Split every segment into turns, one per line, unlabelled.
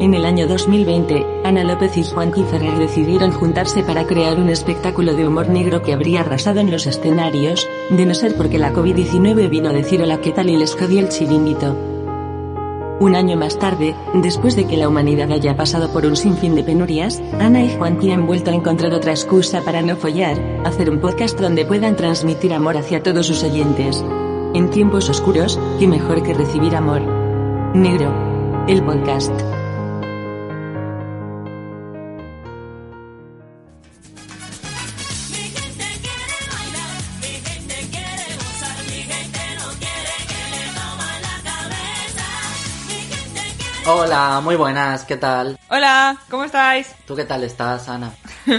En el año 2020, Ana López y Juanqui Ferrer decidieron juntarse para crear un espectáculo de humor negro que habría arrasado en los escenarios, de no ser porque la COVID-19 vino a decir hola qué tal y les jodió el chiringuito. Un año más tarde, después de que la humanidad haya pasado por un sinfín de penurias, Ana y Juanqui han vuelto a encontrar otra excusa para no follar, hacer un podcast donde puedan transmitir amor hacia todos sus oyentes. En tiempos oscuros, qué mejor que recibir amor. Negro. El podcast.
Hola, muy buenas, ¿qué tal?
Hola, ¿cómo estáis?
¿Tú qué tal estás, Ana?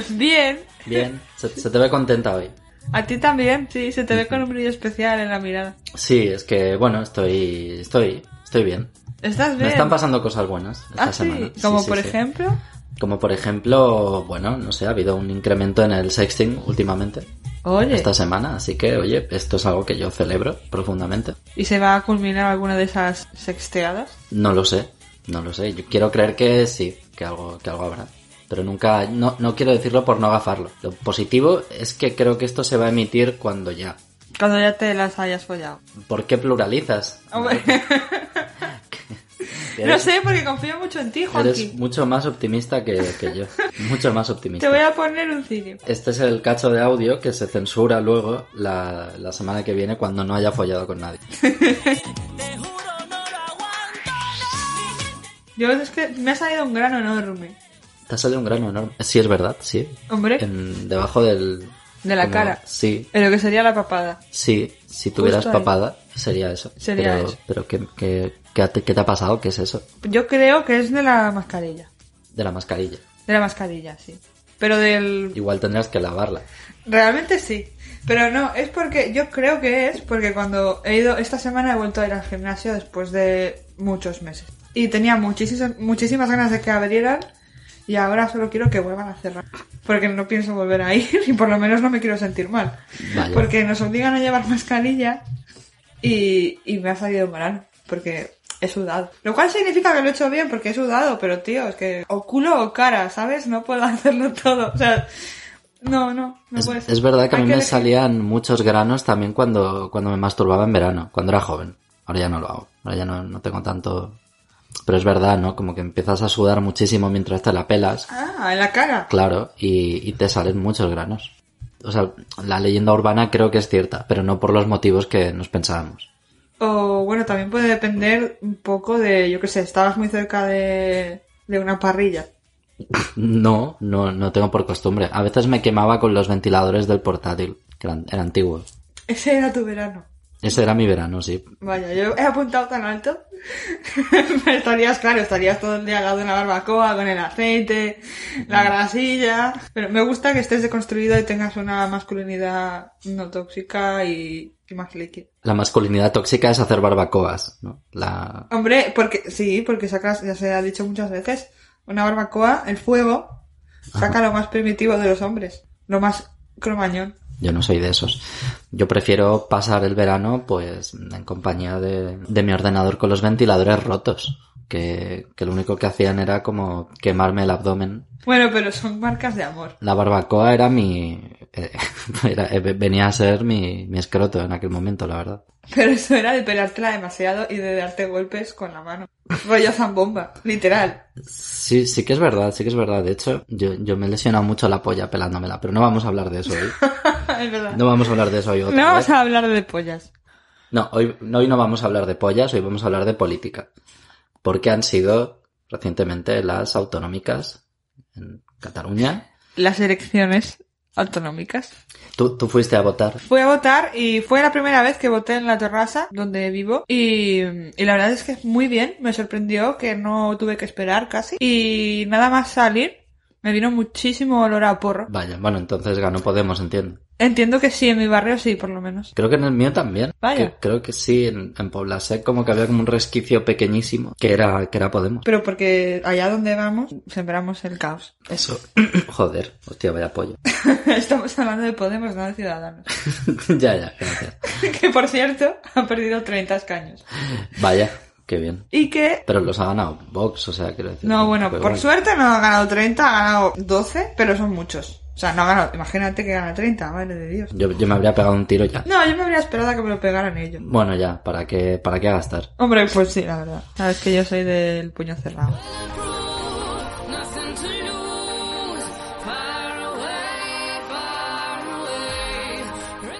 Bien.
Bien, se, se te ve contenta hoy.
A ti también, sí, se te ve con un brillo especial en la mirada.
Sí, es que, bueno, estoy, estoy, estoy bien.
¿Estás bien?
Me están pasando cosas buenas esta
Ah,
semana.
sí, como
sí,
por
sí.
ejemplo.
Como por ejemplo, bueno, no sé, ha habido un incremento en el sexting últimamente,
Oye,
esta semana, así que, oye, esto es algo que yo celebro profundamente.
¿y se va a culminar alguna de esas sexteadas?
No lo sé, no lo sé. Yo quiero creer que sí, que algo, que algo habrá. Pero nunca, no, no quiero decirlo por no agafarlo. Lo positivo es que creo que esto se va a emitir cuando ya.
Cuando ya te las hayas follado.
¿Por qué pluralizas?
Hombre, no
Eres-
sé, porque confío mucho en ti,
Eres
Joaquín.
mucho más optimista que, que yo. Mucho más optimista.
Te voy a poner un cine.
Este es el cacho de audio que se censura luego la, la semana que viene cuando no haya follado con nadie.
Yo es que me ha salido un grano enorme.
Te ha salido un grano enorme. Sí, es verdad, sí.
Hombre,
En- debajo del...
De la cara.
Sí,
en lo que sería la papada.
sí. Si tuvieras
ahí.
papada, sería eso.
Sería
pero,
eso.
Pero ¿qué, qué, qué ha- qué te ha pasado? ¿Qué es eso?
Yo creo que es de la mascarilla.
De la mascarilla.
De la mascarilla, sí. Pero del
Igual tendrás que lavarla.
Realmente sí. Pero no, es porque yo creo que es porque cuando he ido, esta semana he vuelto a ir al gimnasio después de muchos meses. Y tenía muchísimas, muchísimas ganas de que abrieran y ahora solo quiero que vuelvan a cerrar. Porque no pienso volver a ir y por lo menos no me quiero sentir mal.
Vaya.
Porque nos obligan a llevar mascarilla y, y me ha salido mal porque he sudado. Lo cual significa que lo he hecho bien porque he sudado, pero tío, es que o culo o cara, ¿sabes? No puedo hacerlo todo. O sea, no, no, no
Es,
puede ser.
es verdad que a
Hay
mí me
elegir.
salían muchos granos también cuando, cuando me masturbaba en verano, cuando era joven. Ahora ya no lo hago, ahora ya no, no tengo tanto... Pero es verdad, ¿no? Como que empiezas a sudar muchísimo mientras te la pelas,
Ah, en la cara.
claro, y, y te salen muchos granos. O sea, la leyenda urbana creo que es cierta, pero no por los motivos que nos pensábamos.
O bueno, también puede depender un poco de, yo qué sé, estabas muy cerca de, de una parrilla.
No, no, no tengo por costumbre. A veces me quemaba con los ventiladores del portátil, que eran, eran antiguos.
Ese era tu verano.
Ese era mi verano, sí.
Vaya, yo he apuntado tan alto. Pero estarías, claro, estarías todo el día al lado de una barbacoa con el aceite, la grasilla. Pero me gusta que estés deconstruido y tengas una masculinidad no tóxica y, y más líquida.
La masculinidad tóxica es hacer barbacoas, ¿no? La,
Hombre, porque sí, porque sacas, ya se ha dicho muchas veces, una barbacoa, el fuego, saca lo más primitivo de los hombres, lo más cromañón.
Yo no soy de esos. Yo prefiero pasar el verano, pues, en compañía de, de mi ordenador con los ventiladores rotos. Que, que lo único que hacían era como quemarme el abdomen.
Bueno, pero son marcas de amor.
La barbacoa era mi. eh, era- eh, venía a ser mi, mi escroto en aquel momento, la verdad.
Pero eso era de pelártela demasiado y de darte golpes con la mano. Rollo zambomba, literal.
Sí, sí que es verdad, sí que es verdad. De hecho, yo, yo me he lesionado mucho la polla pelándomela, pero no vamos a hablar de eso hoy.
es verdad.
No vamos a hablar de eso hoy otra
No
vez.
vamos a hablar de pollas.
No, hoy, no, hoy no vamos a hablar de pollas, hoy vamos a hablar de política. Porque han sido recientemente las autonómicas en Cataluña.
Las elecciones autonómicas.
Tú, tú fuiste a votar.
Fui a votar y fue la primera vez que voté en la terraza donde vivo y, y la verdad es que muy bien, me sorprendió que no tuve que esperar casi y nada más salir me vino muchísimo olor a porro.
Vaya, bueno, entonces ganó Podemos, entiendo.
Entiendo que sí, en mi barrio sí, por lo menos.
Creo que en el mío también.
Vaya.
Que- creo que sí, en, en Poblasec como que había como un resquicio pequeñísimo que era, que era Podemos.
Pero porque allá donde vamos sembramos el caos.
Eso. Joder, hostia, vaya pollo.
Estamos hablando de Podemos, no de Ciudadanos.
ya, ya, gracias.
que por cierto, ha perdido 30 escaños.
Vaya, Qué bien.
Y que...
Pero los ha ganado Vox, o sea, quiero decir.
No, bueno,
pues
por
bueno.
suerte no ha ganado 30, ha ganado 12, pero son muchos. O sea, no ha ganado... Imagínate que gana 30, madre de Dios.
Yo, yo me habría pegado un tiro ya.
No, yo me habría esperado a que me lo pegaran ellos.
Bueno, ya, ¿para qué, para qué gastar?
Hombre, pues sí, la verdad. Sabes que yo soy del puño cerrado.
Nothing to lose. Far away, far away.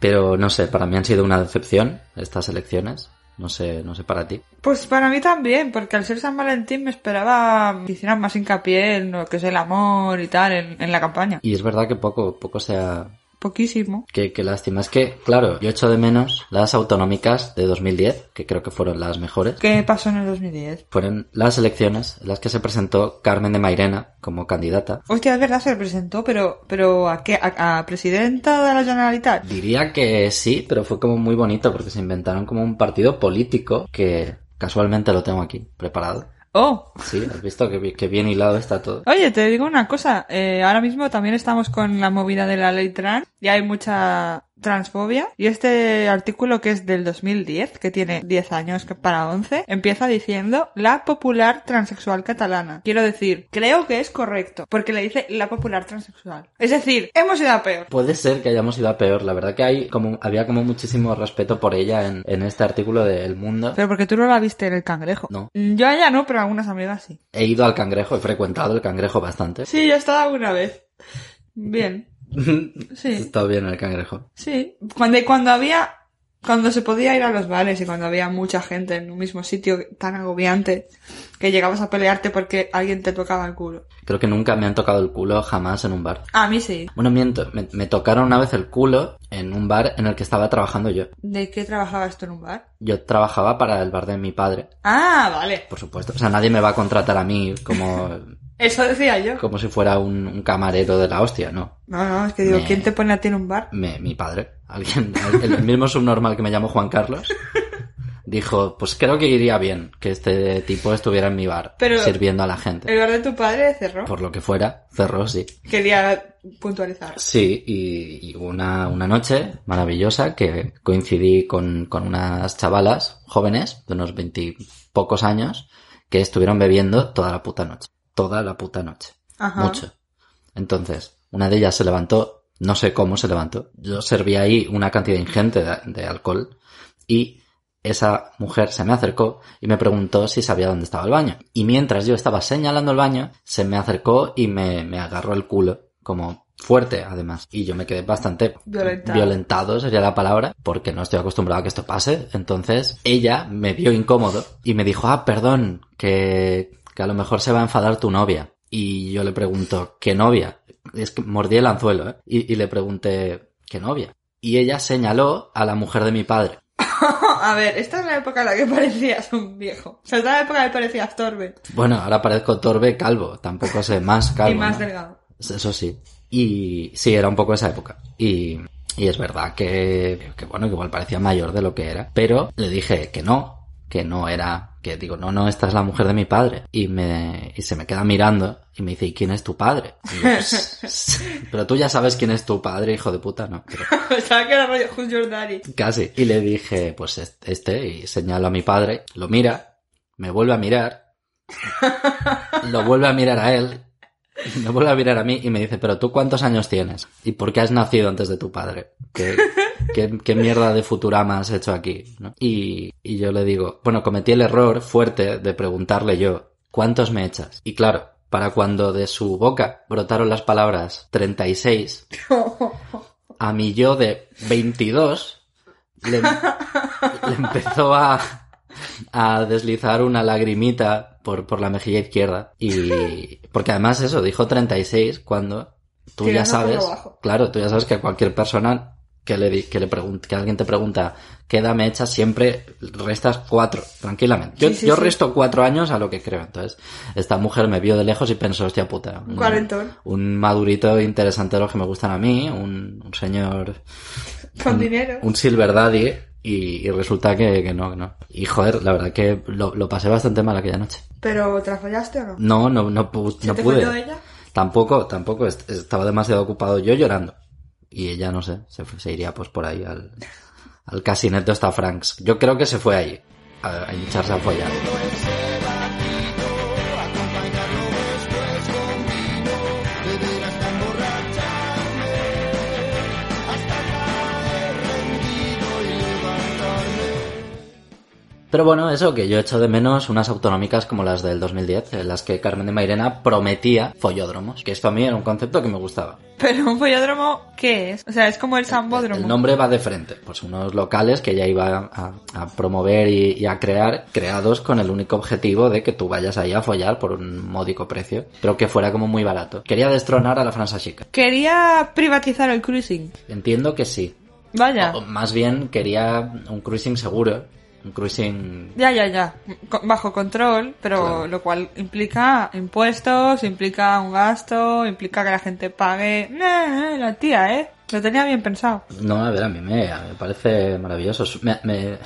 Pero no sé, para mí han sido una decepción estas elecciones. No sé, no sé para ti.
Pues para mí también, porque al ser San Valentín me esperaba que hicieran más hincapié en lo que es el amor y tal en, en la campaña.
Y es verdad que poco, poco se ha...
Poquísimo.
Qué, qué lástima. Es que, claro, yo echo de menos las autonómicas de 2010, que creo que fueron las mejores.
¿Qué pasó en el 2010?
Fueron las elecciones en las que se presentó Carmen de Mairena como candidata.
Hostia, es verdad, se presentó, pero, pero ¿a qué? ¿A, a presidenta de la Generalitat?
Diría que sí, pero fue como muy bonito porque se inventaron como un partido político que casualmente lo tengo aquí preparado.
Oh,
Sí, has visto que, bi- que bien hilado está todo.
oye, te digo una cosa. eh, ahora mismo también estamos con la movida de la ley trans y hay mucha transfobia. Y este artículo que es del 2010, que tiene 10 años que para 11, empieza diciendo la popular transexual catalana. Quiero decir, creo que es correcto, porque le dice la popular transexual. Es decir, hemos ido a peor.
Puede ser que hayamos ido a peor. La verdad que hay como, había como muchísimo respeto por ella en, en este artículo de El Mundo.
Pero porque tú no la viste en el cangrejo.
No.
Mm, Yo a ella no, pero a algunas amigas sí.
He ido al cangrejo, he frecuentado el cangrejo bastante.
Sí, yo he estado alguna vez. Bien. Sí,
Está bien el cangrejo.
sí. Cuando, cuando había, cuando se podía ir a los bares y cuando había mucha gente en un mismo sitio tan agobiante que llegabas a pelearte porque alguien te tocaba el culo. Ah,
Creo que nunca me han tocado el culo jamás en un bar.
A mí sí.
Bueno, miento, me, me tocaron una vez el culo en un bar en el que estaba trabajando yo.
¿De qué trabajabas tú en un bar?
Yo trabajaba para el bar de mi padre,
Ah, vale.
por supuesto. O sea, nadie me va a contratar a mí como,
Eso decía yo.
como si fuera un, un camarero de la hostia, ¿no?
No, no, es que digo,
Me-
¿quién te pone a ti en un bar?
Me- mi padre, alguien, el, el mismo subnormal que me llamó Juan Carlos, dijo, pues creo que iría bien que este tipo estuviera en mi bar
Pero-
sirviendo a la gente.
El bar de tu padre cerró.
Por lo que fuera, cerró, sí.
Quería puntualizar.
Sí, y, y una, una noche maravillosa que coincidí con, con unas chavalas jóvenes de unos veintipocos años que estuvieron bebiendo toda la puta noche. Toda la puta noche.
Ajá.
Mucho. Entonces, una de ellas se levantó, no sé cómo se levantó. Yo serví ahí una cantidad ingente de, de alcohol y esa mujer se me acercó y me preguntó si sabía dónde estaba el baño. Y mientras yo estaba señalando el baño, se me acercó y me, me agarró el culo, como fuerte además. Y yo me quedé bastante
Violentado.
violentado, sería la palabra, porque no estoy acostumbrado a que esto pase. Entonces ella me vio incómodo y me dijo, ah, perdón, que, que a lo mejor se va a enfadar tu novia. Y yo le pregunto, ¿qué novia? Es que mordí el anzuelo, ¿eh? Y, y le pregunté, ¿qué novia? Y ella señaló a la mujer de mi padre.
A ver, esta es la época en la que parecías un viejo. O sea, esta es la época en la que parecías torbe.
Bueno, ahora parezco torbe calvo, tampoco sé más calvo.
y más
¿no?
delgado.
Eso sí. Y sí, era un poco esa época. Y, y es verdad que, que, bueno, que igual parecía mayor de lo que era. Pero le dije que no, que no era, que digo, no, no, esta es la mujer de mi padre. Y me, y se me queda mirando y me dice, ¿y quién es tu padre? Y yo, "Pues, pero tú ya sabes quién es tu padre, hijo de puta, ¿no? Pero-
Pensaba que era rollo Who's Your Daddy.
Casi. Y le dije, pues este- este, y señalo a mi padre, lo mira, me vuelve a mirar, lo vuelve a mirar a él, me vuelve a mirar a mí y me dice, pero tú cuántos años tienes? ¿Y por qué has nacido antes de tu padre? ¿Qué, qué- qué mierda de Futurama has hecho aquí? ¿no? Y, y yo le digo, bueno, cometí el error fuerte de preguntarle yo, ¿cuántos me echas? Y claro, para cuando de su boca brotaron las palabras 36, a mi yo de 22 le, le empezó a, a deslizar una lagrimita por, por la mejilla izquierda. Y porque además eso, dijo 36 cuando tú ya
Tirando por
sabes,
abajo.
claro, tú ya sabes que a cualquier persona que le, di- que le pregun- que alguien te pregunta qué edad me echas, siempre restas cuatro, tranquilamente. Yo,
Sí, sí,
yo
sí.
resto cuatro años a lo que creo. Entonces, esta mujer me vio de lejos y pensó, hostia puta.
Un
no-
cuarentón.
un madurito interesante de los que me gustan a mí, un, un señor,
Con dinero.
Mm. un silver daddy, y, y resulta que, que no, que no. Y joder, la verdad que lo, lo pasé bastante mal aquella noche.
¿Pero te la follaste o no?
No, no, no, pu-
¿Se
no
te folló
pude.
ella?
Tampoco, tampoco, est- estaba demasiado ocupado yo llorando. Y ella, no sé, se, fue- se iría pues por ahí al, al casineto hasta Franks. Yo creo que se fue allí. a, a hincharse a follar. Pero bueno, eso que yo echo de menos unas autonómicas como las del 2010, en las que Carmen de Mairena prometía follódromos, que esto a mí era un concepto que me gustaba.
Pero un follódromo, ¿qué es? O sea, es como el sambódromo.
El nombre va de frente, pues unos locales que ella iba a, a promover y, y a crear, creados con el único objetivo de que tú vayas ahí a follar por un módico precio, pero que fuera como muy barato. Quería destronar a la Franza Chica.
Quería privatizar el cruising.
Entiendo que sí.
Vaya.
O- o más bien quería un cruising seguro, un cruising
Ya, ya, ya. Co- Bajo control, pero
Claro.
lo cual implica impuestos, implica un gasto, implica que la gente pague. Nah, la tía, ¿eh? Lo tenía bien pensado.
No, a ver, a mí me, me parece maravilloso. Su- Me, me-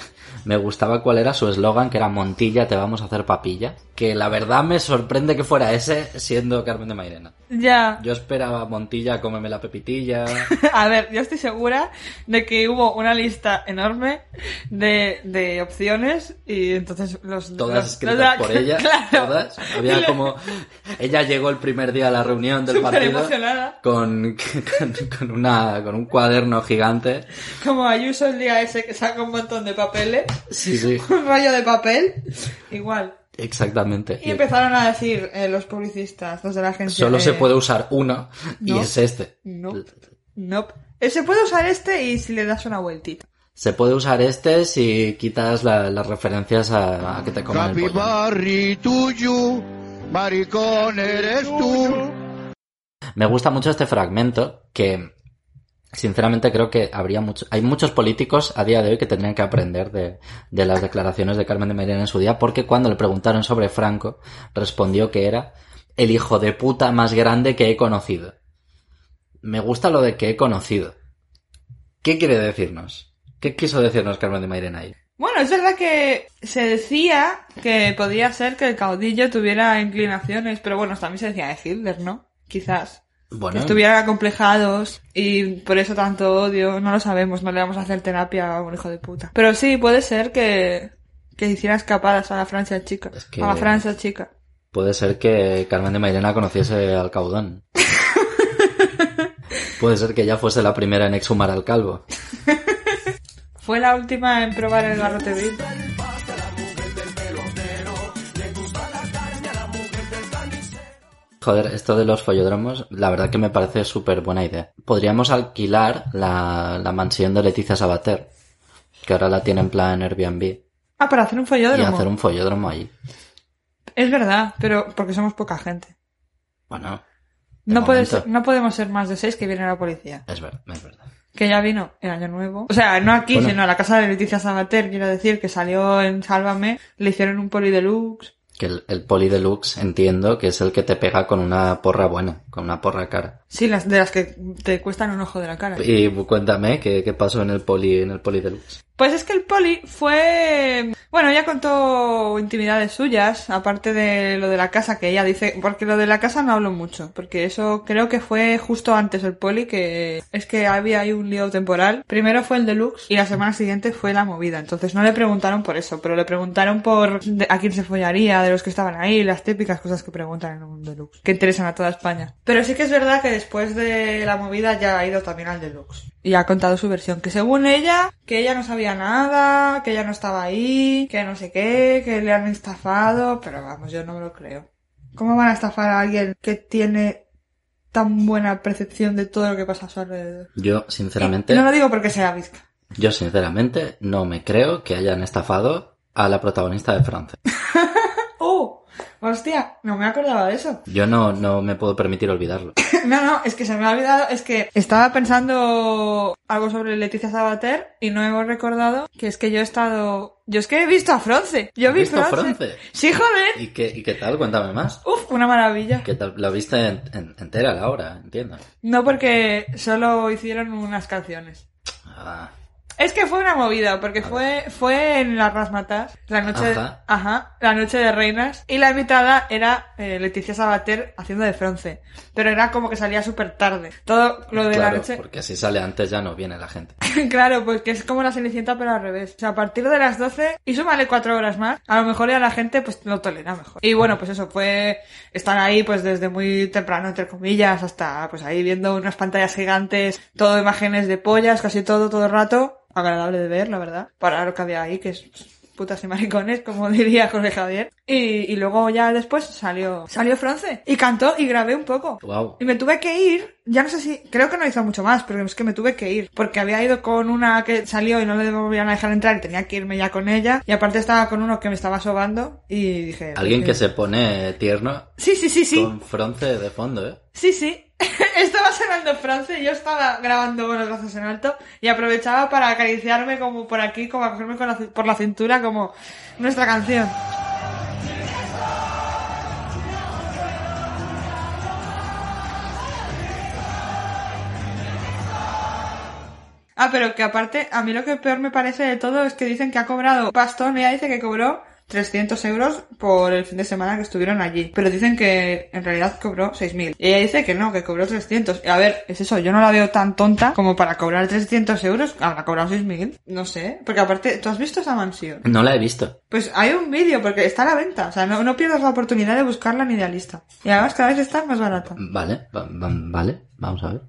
me gustaba cuál era su eslogan, que era Montilla, te vamos a hacer papilla. Que la verdad me sorprende que fuera ese siendo Carmen de Mairena.
Ya.
Yo esperaba Montilla, cómeme la pepitilla.
A ver, yo estoy segura de que hubo una lista enorme de, de opciones y entonces los...
Todas
los-
escritas
los-
por ella.
Claro.
Todas.
Y
Había
la-
como. Ella llegó el primer día a la reunión del
Súper
partido.
emocionada.
Con, con, con una, con un cuaderno gigante.
Como Ayuso el día ese que saca un montón de papeles,
Sí, sí.
un rollo de papel, igual.
Exactamente.
Y empezaron a decir eh, los publicistas, los de la agencia.
Solo
eh,
se puede usar uno, y
no.
es este.
No, no. Eh, se puede usar este y si le das una vueltita.
Se puede usar este si quitas la- las referencias a, a que te coman el pollo.
Capibarri tuyo, maricón eres tú.
Me gusta mucho este fragmento que, sinceramente, creo que habría mucho, hay muchos políticos a día de hoy que tendrían que aprender de, de las declaraciones de Carmen de Mairena en su día, porque cuando le preguntaron sobre Franco, respondió que era el hijo de puta más grande que he conocido. Me gusta lo de que he conocido. ¿Qué quiere decirnos? ¿Qué quiso decirnos Carmen de Mairena ahí?
Bueno, es verdad que se decía que podía ser que el caudillo tuviera inclinaciones, pero bueno, también se decía de Hitler, ¿no? Quizás. Que
Bueno,
estuvieran acomplejados y por eso tanto odio, no lo sabemos, no le vamos a hacer terapia a un hijo de puta. Pero sí, puede ser que, que hiciera escapadas a la Francia chica.
Es que-
A la Francia chica.
Puede ser que Carmen de Mairena conociese al caudón. Puede ser que ella fuese la primera en exhumar al calvo.
Fue la última en probar el barrote VIP.
Joder, esto de los follodromos, la verdad que me parece súper buena idea. Podríamos alquilar la, la mansión de Leticia Sabater, que ahora la tiene en plan Airbnb,
Ah, para hacer un
y
follódromo.
hacer un follódromo allí.
Es verdad, pero porque somos poca gente.
Bueno, de
No, puede
momento.
ser- no podemos ser más de seis que viene la policía.
Es verdad, es verdad.
Que ya vino el año nuevo. O sea, no aquí,
Bueno.
sino a la casa de Leticia Sabater, quiero decir, que salió en Sálvame, le hicieron un poli deluxe.
Que el, el poli deluxe entiendo que es el que te pega con una porra buena, con una porra cara.
Sí, las de las que te cuestan un ojo de la cara.
Y cuéntame qué, qué pasó en el poli, en el poli deluxe.
Pues es que el poli fue... Bueno, ella contó intimidades suyas, aparte de lo de la casa que ella dice... Porque lo de la casa no hablo mucho, porque eso creo que fue justo antes el poli, que es que había ahí un lío temporal. Primero fue el deluxe y la semana siguiente fue la movida. Entonces no le preguntaron por eso, pero le preguntaron por de- a quién se follaría, de los que estaban ahí, las típicas cosas que preguntan en un deluxe, que interesan a toda España. Pero sí que es verdad que después de la movida ya ha ido también al deluxe y ha contado su versión, que según ella, que ella no sabía nada, que ella no estaba ahí, que no sé qué, que le han estafado, pero vamos, yo no me lo creo. ¿Cómo van a estafar a alguien que tiene tan buena percepción de todo lo que pasa a su alrededor?
Yo, sinceramente...
Eh, No lo digo porque sea bizca.
Yo sinceramente no me creo que hayan estafado a la protagonista de Francia.
¡Oh! Hostia, no me acordaba de eso.
Yo no, no me puedo permitir olvidarlo.
No, no, es que se me ha olvidado, es que estaba pensando algo sobre Leticia Sabater y no hemos recordado que es que yo he estado... Yo es que he visto a Fronce. Yo
¿Has
vi
visto a
Fronce.
Fronce?
Sí, joder.
¿Y qué, y qué tal? Cuéntame más.
Uf, una maravilla.
¿Qué tal? La viste en- en- entera la obra, entiendo.
No porque solo hicieron unas canciones.
Ah,
Es que fue una movida, porque fue, fue en las Rasmatas, la noche,
Ajá.
ajá, la noche de reinas, y la invitada era eh, Leticia Sabater haciendo de Fronce, pero era como que salía súper tarde. Todo lo de la
claro,
noche,
porque si sale antes ya no viene la gente.
claro, porque es como la Cenicienta pero al revés. O sea, a partir de las 12 y súmale cuatro horas más, a lo mejor ya la gente pues lo tolera mejor. Y bueno, pues eso fue, están ahí pues desde muy temprano, entre comillas, hasta pues ahí viendo unas pantallas gigantes, todo imágenes de pollas, casi todo, todo el rato. Agradable de ver, la verdad, para lo que había ahí, que es putas y maricones, como diría Jorge Javier. Y, y luego ya después salió, salió France y cantó y grabé un poco.
Guau.
Y me tuve que ir, ya no sé si, creo que no hizo mucho más, pero es que me tuve que ir, porque había ido con una que salió y no le volvían a dejar entrar y tenía que irme ya con ella, y aparte estaba con uno que me estaba sobando y dije...
Alguien que
"Eh".
se pone tierno
Sí, sí, sí, sí,
con fronce de fondo, ¿eh?
sí, sí. estaba sonando France y yo estaba grabando con los brazos en alto y aprovechaba para acariciarme como por aquí, como a cogerme con la cin- por la cintura, como nuestra canción. Ah, pero que aparte, a mí lo que peor me parece de todo es que dicen que ha cobrado Bastón, ella dice que cobró 300 euros por el fin de semana que estuvieron allí. Pero dicen que en realidad cobró 6.000. Y ella dice que no, que cobró 300. A ver, es eso, yo no la veo tan tonta como para cobrar 300 euros. Habrá cobrado 6.000, no sé. Porque aparte, ¿tú has visto esa mansión?
No la he visto.
Pues hay un vídeo, porque está a la venta. O sea, no, no pierdas la oportunidad de buscarla ni de la lista. Y además cada vez está más barata.
Vale, va- va- vale, vamos a ver.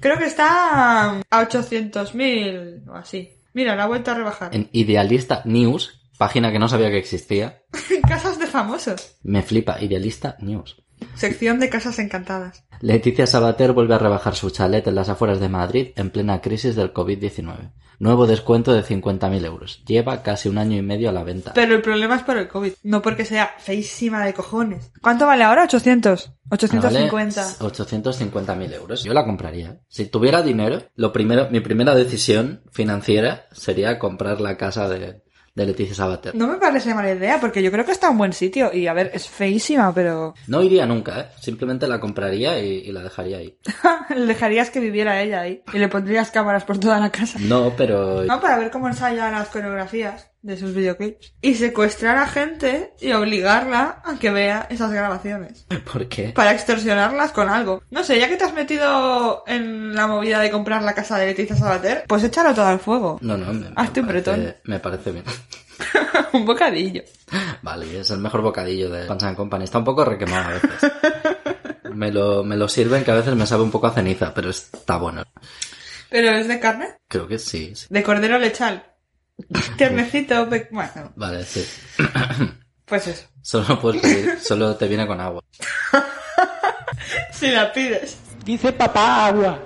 Creo que está a 800.000 o así. Mira, la ha vuelto a rebajar.
En Idealista News, página que no sabía que existía,
Casas de famosos.
me flipa, Idealista News.
Sección de casas encantadas.
Leticia Sabater vuelve a rebajar su chalet en las afueras de Madrid en plena crisis del COVID-19. Nuevo descuento de 50.000 euros. Lleva casi un año y medio a la venta.
Pero el problema es por el COVID, no porque sea feísima de cojones. ¿Cuánto vale ahora? 800.
Ah, Vale
850.
850.000 euros. Yo la compraría. Si tuviera dinero, lo primero, mi primera decisión financiera sería comprar la casa de, de Leticia Sabater. No.
No me parece mala idea, porque yo creo que está en buen sitio. Y a ver, es feísima, pero
iría nunca, ¿eh? Simplemente la compraría y, y la dejaría ahí.
le dejarías que viviera ella ahí. Y le pondrías cámaras por toda la casa.
No, pero...
No, para ver cómo ensaya las coreografías de sus videoclips. Y secuestrar a gente y obligarla a que vea esas grabaciones.
¿Por qué?
para extorsionarlas con algo. No sé, ya que te has metido en la movida de comprar la casa de Leticia Sabater, pues échalo todo al fuego.
No, no, me, me
Hazte un
parece-
bretón.
Me parece bien.
Un bocadillo.
Vale, es el mejor bocadillo de Pants and Company. Está un poco requemado a veces. Me lo, me lo sirven que a veces me sabe un poco a ceniza, pero está bueno.
¿Pero es de carne?
Creo que sí. sí.
De cordero lechal. Tiernecito, pe- bueno,
Vale, sí.
pues eso.
Solo, puedes pedir- solo te viene con agua.
Si la pides.
Dice papá agua.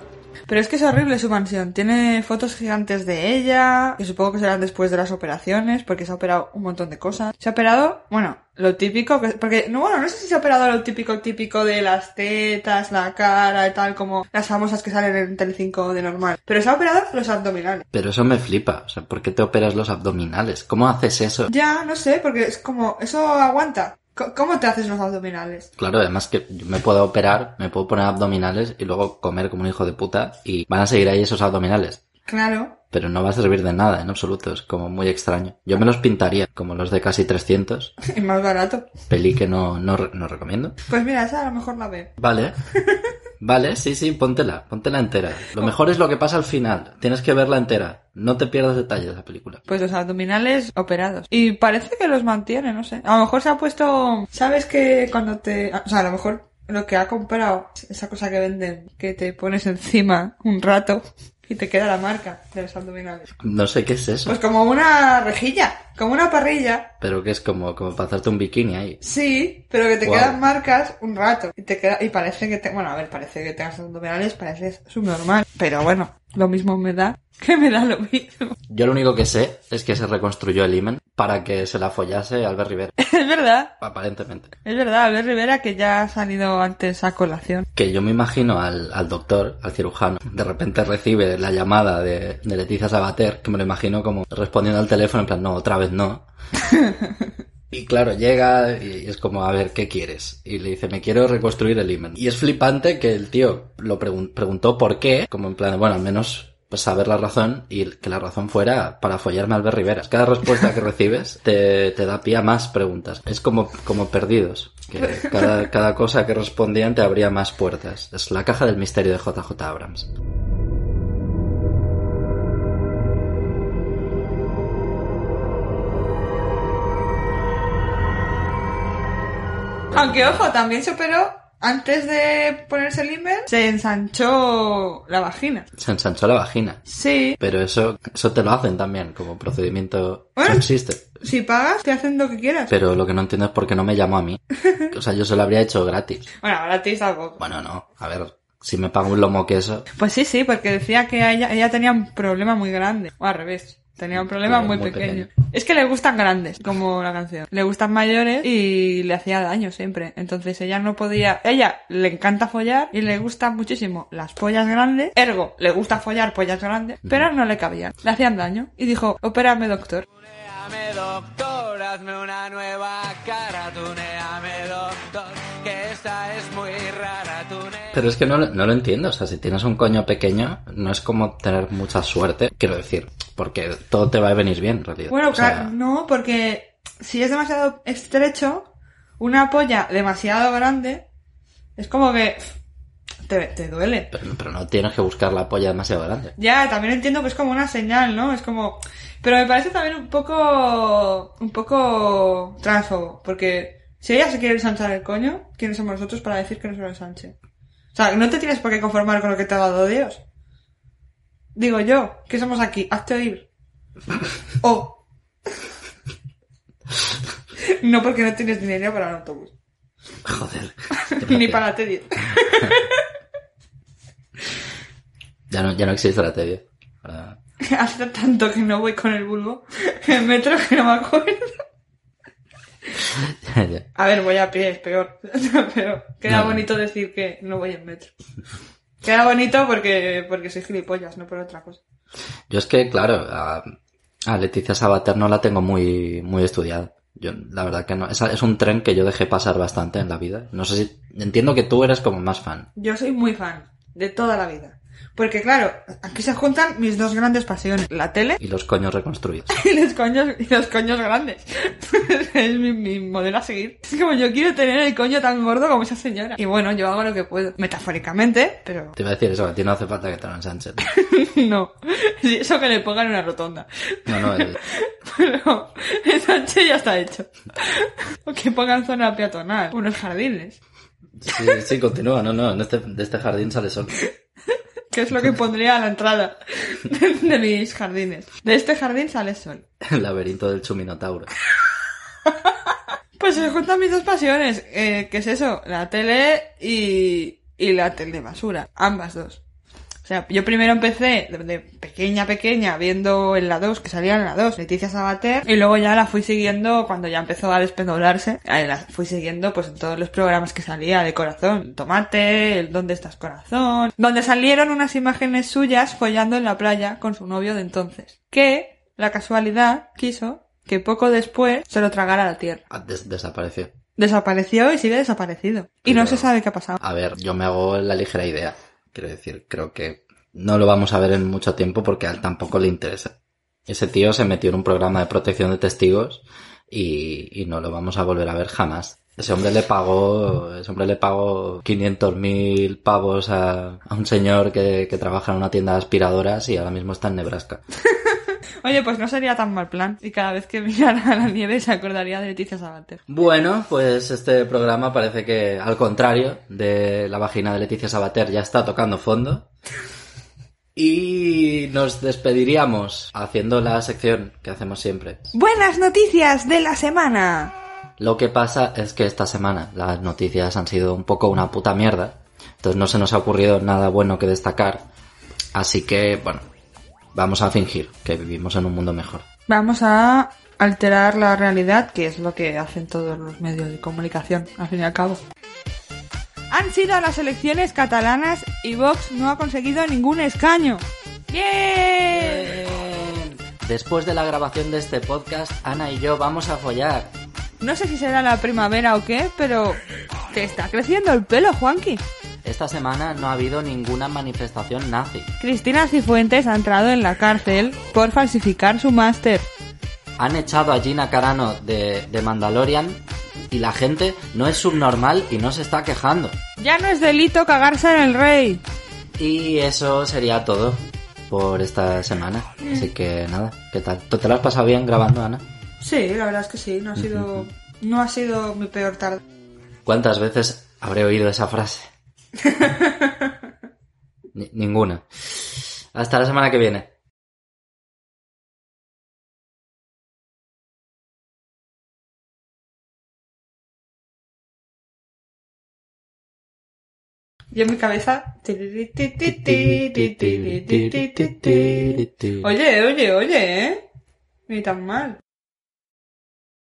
Pero es que es horrible su mansión. Tiene fotos gigantes de ella, que supongo que serán después de las operaciones, porque se ha operado un montón de cosas. Se ha operado, bueno, lo típico, que- porque, no, bueno, no sé si se ha operado lo típico, típico de las tetas, la cara y tal, como las famosas que salen en Telecinco de normal. Pero se ha operado los abdominales.
Pero eso me flipa. O sea, ¿por qué te operas los abdominales? ¿Cómo haces eso?
Ya, no sé, porque es como, eso aguanta. Co- ¿Cómo te haces los abdominales?
Claro, además que yo me puedo operar, me puedo poner abdominales y luego comer como un hijo de puta y van a seguir ahí esos abdominales.
Claro.
Pero no va a servir de nada en absoluto, es como muy extraño. Yo me los pintaría, como los de casi 300,
Es más barato.
peli que no, no, re- no recomiendo.
Pues mira, esa a lo mejor la ve.
Vale. Vale, sí, sí, póntela, póntela entera. Lo mejor es lo que pasa al final. Tienes que verla entera. No te pierdas detalles de la película.
Pues los abdominales operados. Y parece que los mantiene, no sé. A lo mejor se ha puesto... ¿Sabes que cuando te... O sea, a lo mejor lo que ha comprado, esa cosa que venden, que te pones encima un rato y te queda la marca de los abdominales.
No sé qué es eso,
Pues como una rejilla, como una parrilla.
pero que es como, como para hacerte un bikini ahí.
Sí, pero que te
Guau.
quedan marcas un rato. Y te queda... Y parece que te... Bueno, a ver, parece que tengas abdominales, parece subnormal. Pero bueno, lo mismo me da que me da lo mismo.
Yo lo único que sé es que se reconstruyó el imen para que se la follase Albert Rivera,
es verdad.
aparentemente.
Es verdad, Albert Rivera que ya ha salido antes a colación.
Que yo me imagino al, al doctor, al cirujano, de repente recibe la llamada de, de Leticia Sabater, que me lo imagino como respondiendo al teléfono en plan, no, otra vez no. Y claro, llega y es como, a ver, ¿qué quieres? Y le dice, me quiero reconstruir el imen. Y es flipante que el tío lo pregun- preguntó por qué, como en plan, bueno, al menos pues, saber la razón y que la razón fuera para follarme a Albert Rivera. Cada respuesta que recibes te, te da pie a más preguntas. Es como, como perdidos. Que cada, cada cosa que respondían te abría más puertas. Es la caja del misterio de JJ Abrams.
Aunque ojo, también se operó antes de ponerse el imen, se ensanchó la vagina.
Se ensanchó la vagina.
Sí.
Pero eso, eso te lo hacen también como procedimiento que
Bueno.
existe.
Si pagas, te hacen lo que quieras.
Pero lo que no entiendo es por qué no me llamó a mí. O sea, yo se lo habría hecho gratis.
Bueno, ahora te algo.
Bueno, no. A ver, si me paga un lomo queso,
Pues sí, sí, porque decía que a ella, ella tenía un problema muy grande. O al revés. Tenía un problema
Claro,
muy,
muy
pequeño.
pequeño.
Es que le gustan grandes, como la canción. Le gustan mayores y le hacía daño siempre. Entonces ella no podía... Ella le encanta follar y le gustan muchísimo las pollas grandes. Ergo, le gusta follar pollas grandes, pero no le cabían. Le hacían daño. Y dijo, opérame doctor.
Tuneame doctor, hazme una nueva cara, tuneame doctor, que esta es muy rara, tuneame.
Pero es que no, lo- no lo entiendo. O sea, si tienes un coño pequeño, no es como tener mucha suerte, quiero decir. Porque todo te va a venir bien, en realidad.
Bueno,
O sea,
claro, no, porque si es demasiado estrecho, una polla demasiado grande, es como que pff, te, te duele.
pero, pero no tienes que buscar la polla demasiado grande.
Ya, también entiendo que es como una señal, ¿no? Es como... Pero me parece también un poco... un poco transfobo, porque si ella se quiere ensanchar el coño, ¿quiénes somos nosotros para decir que no se lo ensanche? O sea, no te tienes por qué conformar con lo que te ha dado Dios. Digo yo, que somos aquí, hazte oír. O... No porque no tienes dinero para el autobús.
Joder.
Ni para la T10.
Ya no, ya no existe la Ah. TV. Ahora-
Hace tanto que no voy con el bulbo en metro que no me acuerdo.
Ya.
A ver, voy a pie, es peor. Pero queda
No, no.
bonito decir que no voy en metro. Queda bonito porque, porque soy gilipollas, no por otra cosa.
Yo es que, claro, a, a Leticia Sabater no la tengo muy, muy estudiada. Yo, la verdad que no. Esa- es un tren que yo dejé pasar bastante en la vida. No sé si. Entiendo que tú eres como más fan.
Yo soy muy fan de toda la vida. Porque claro, aquí se juntan mis dos grandes pasiones. La tele
Y los coños reconstruidos.
y los coños, y los coños grandes. es mi, mi modelo a seguir. Es como yo quiero tener el coño tan gordo como esa señora. Y bueno, yo hago lo que puedo. Metafóricamente, pero
Te iba a decir eso, a ti no hace falta que te lo ensanchen.
no. Sí, Eso que le pongan una rotonda.
No, no, eh, el-
Pero el sánchez ya está hecho. O que pongan zona peatonal, unos jardines.
Sí, sí, continúa, no, no, en este, de este jardín sale sol.
Que es lo que pondría a la entrada de, de mis jardines. De este jardín sale sol.
El laberinto del Chuminotauro.
Pues se juntan mis dos pasiones. Eh, ¿Qué es eso? La tele y, y la tele basura. Ambas dos. O sea, yo primero empecé de, de pequeña, pequeña, viendo en la 2, que salía en la 2, Leticia Sabater, y luego ya la fui siguiendo cuando ya empezó a despendolarse. eh, La fui siguiendo pues en todos los programas que salía de corazón. El Tomate, el ¿Dónde estás corazón? Donde salieron unas imágenes suyas follando en la playa con su novio de entonces. Que la casualidad quiso que poco después se lo tragara la tierra.
Ah, des- desapareció.
Desapareció y sigue desaparecido. Y no
Pero-
se sabe qué ha pasado.
A ver, yo me hago la ligera idea. Quiero decir, creo que no lo vamos a ver en mucho tiempo porque a él tampoco le interesa. Ese tío se metió en un programa de protección de testigos y, y no lo vamos a volver a ver jamás. Ese hombre le pagó, ese hombre le pagó 500.000 pavos a, a un señor que, que trabaja en una tienda de aspiradoras y ahora mismo está en Nebraska.
Oye, pues no sería tan mal plan. Y cada vez que mirara a la nieve se acordaría de Leticia Sabater.
Bueno, pues este programa parece que, al contrario de la vagina de Leticia Sabater, ya está tocando fondo. Y nos despediríamos haciendo la sección que hacemos siempre.
Buenas noticias de la semana.
Lo que pasa es que esta semana las noticias han sido un poco una puta mierda. Entonces no se nos ha ocurrido nada bueno que destacar. Así que, bueno, vamos a fingir que vivimos en un mundo mejor.
Vamos a alterar la realidad, que es lo que hacen todos los medios de comunicación, al fin y al cabo. Han sido las elecciones catalanas y Vox no ha conseguido ningún escaño. ¡Bien!
Después de la grabación de este podcast, Ana y yo vamos a follar.
No sé si será la primavera o qué, pero te está creciendo el pelo, Juanqui.
Esta semana no ha habido ninguna manifestación nazi.
Cristina Cifuentes ha entrado en la cárcel por falsificar su máster.
Han echado a Gina Carano de, de Mandalorian y la gente no es subnormal y no se está quejando.
Ya no es delito cagarse en el rey.
Y eso sería todo por esta semana. Así que nada, ¿qué tal? ¿Tú te lo has pasado bien grabando, Ana?
Sí, la verdad es que sí, no ha sido, no ha sido mi peor tarde.
¿Cuántas veces habré oído esa frase? Ni- ninguna. Hasta la semana que viene.
Yo en mi cabeza. Oye, oye, oye, ¿eh? Ni tan mal.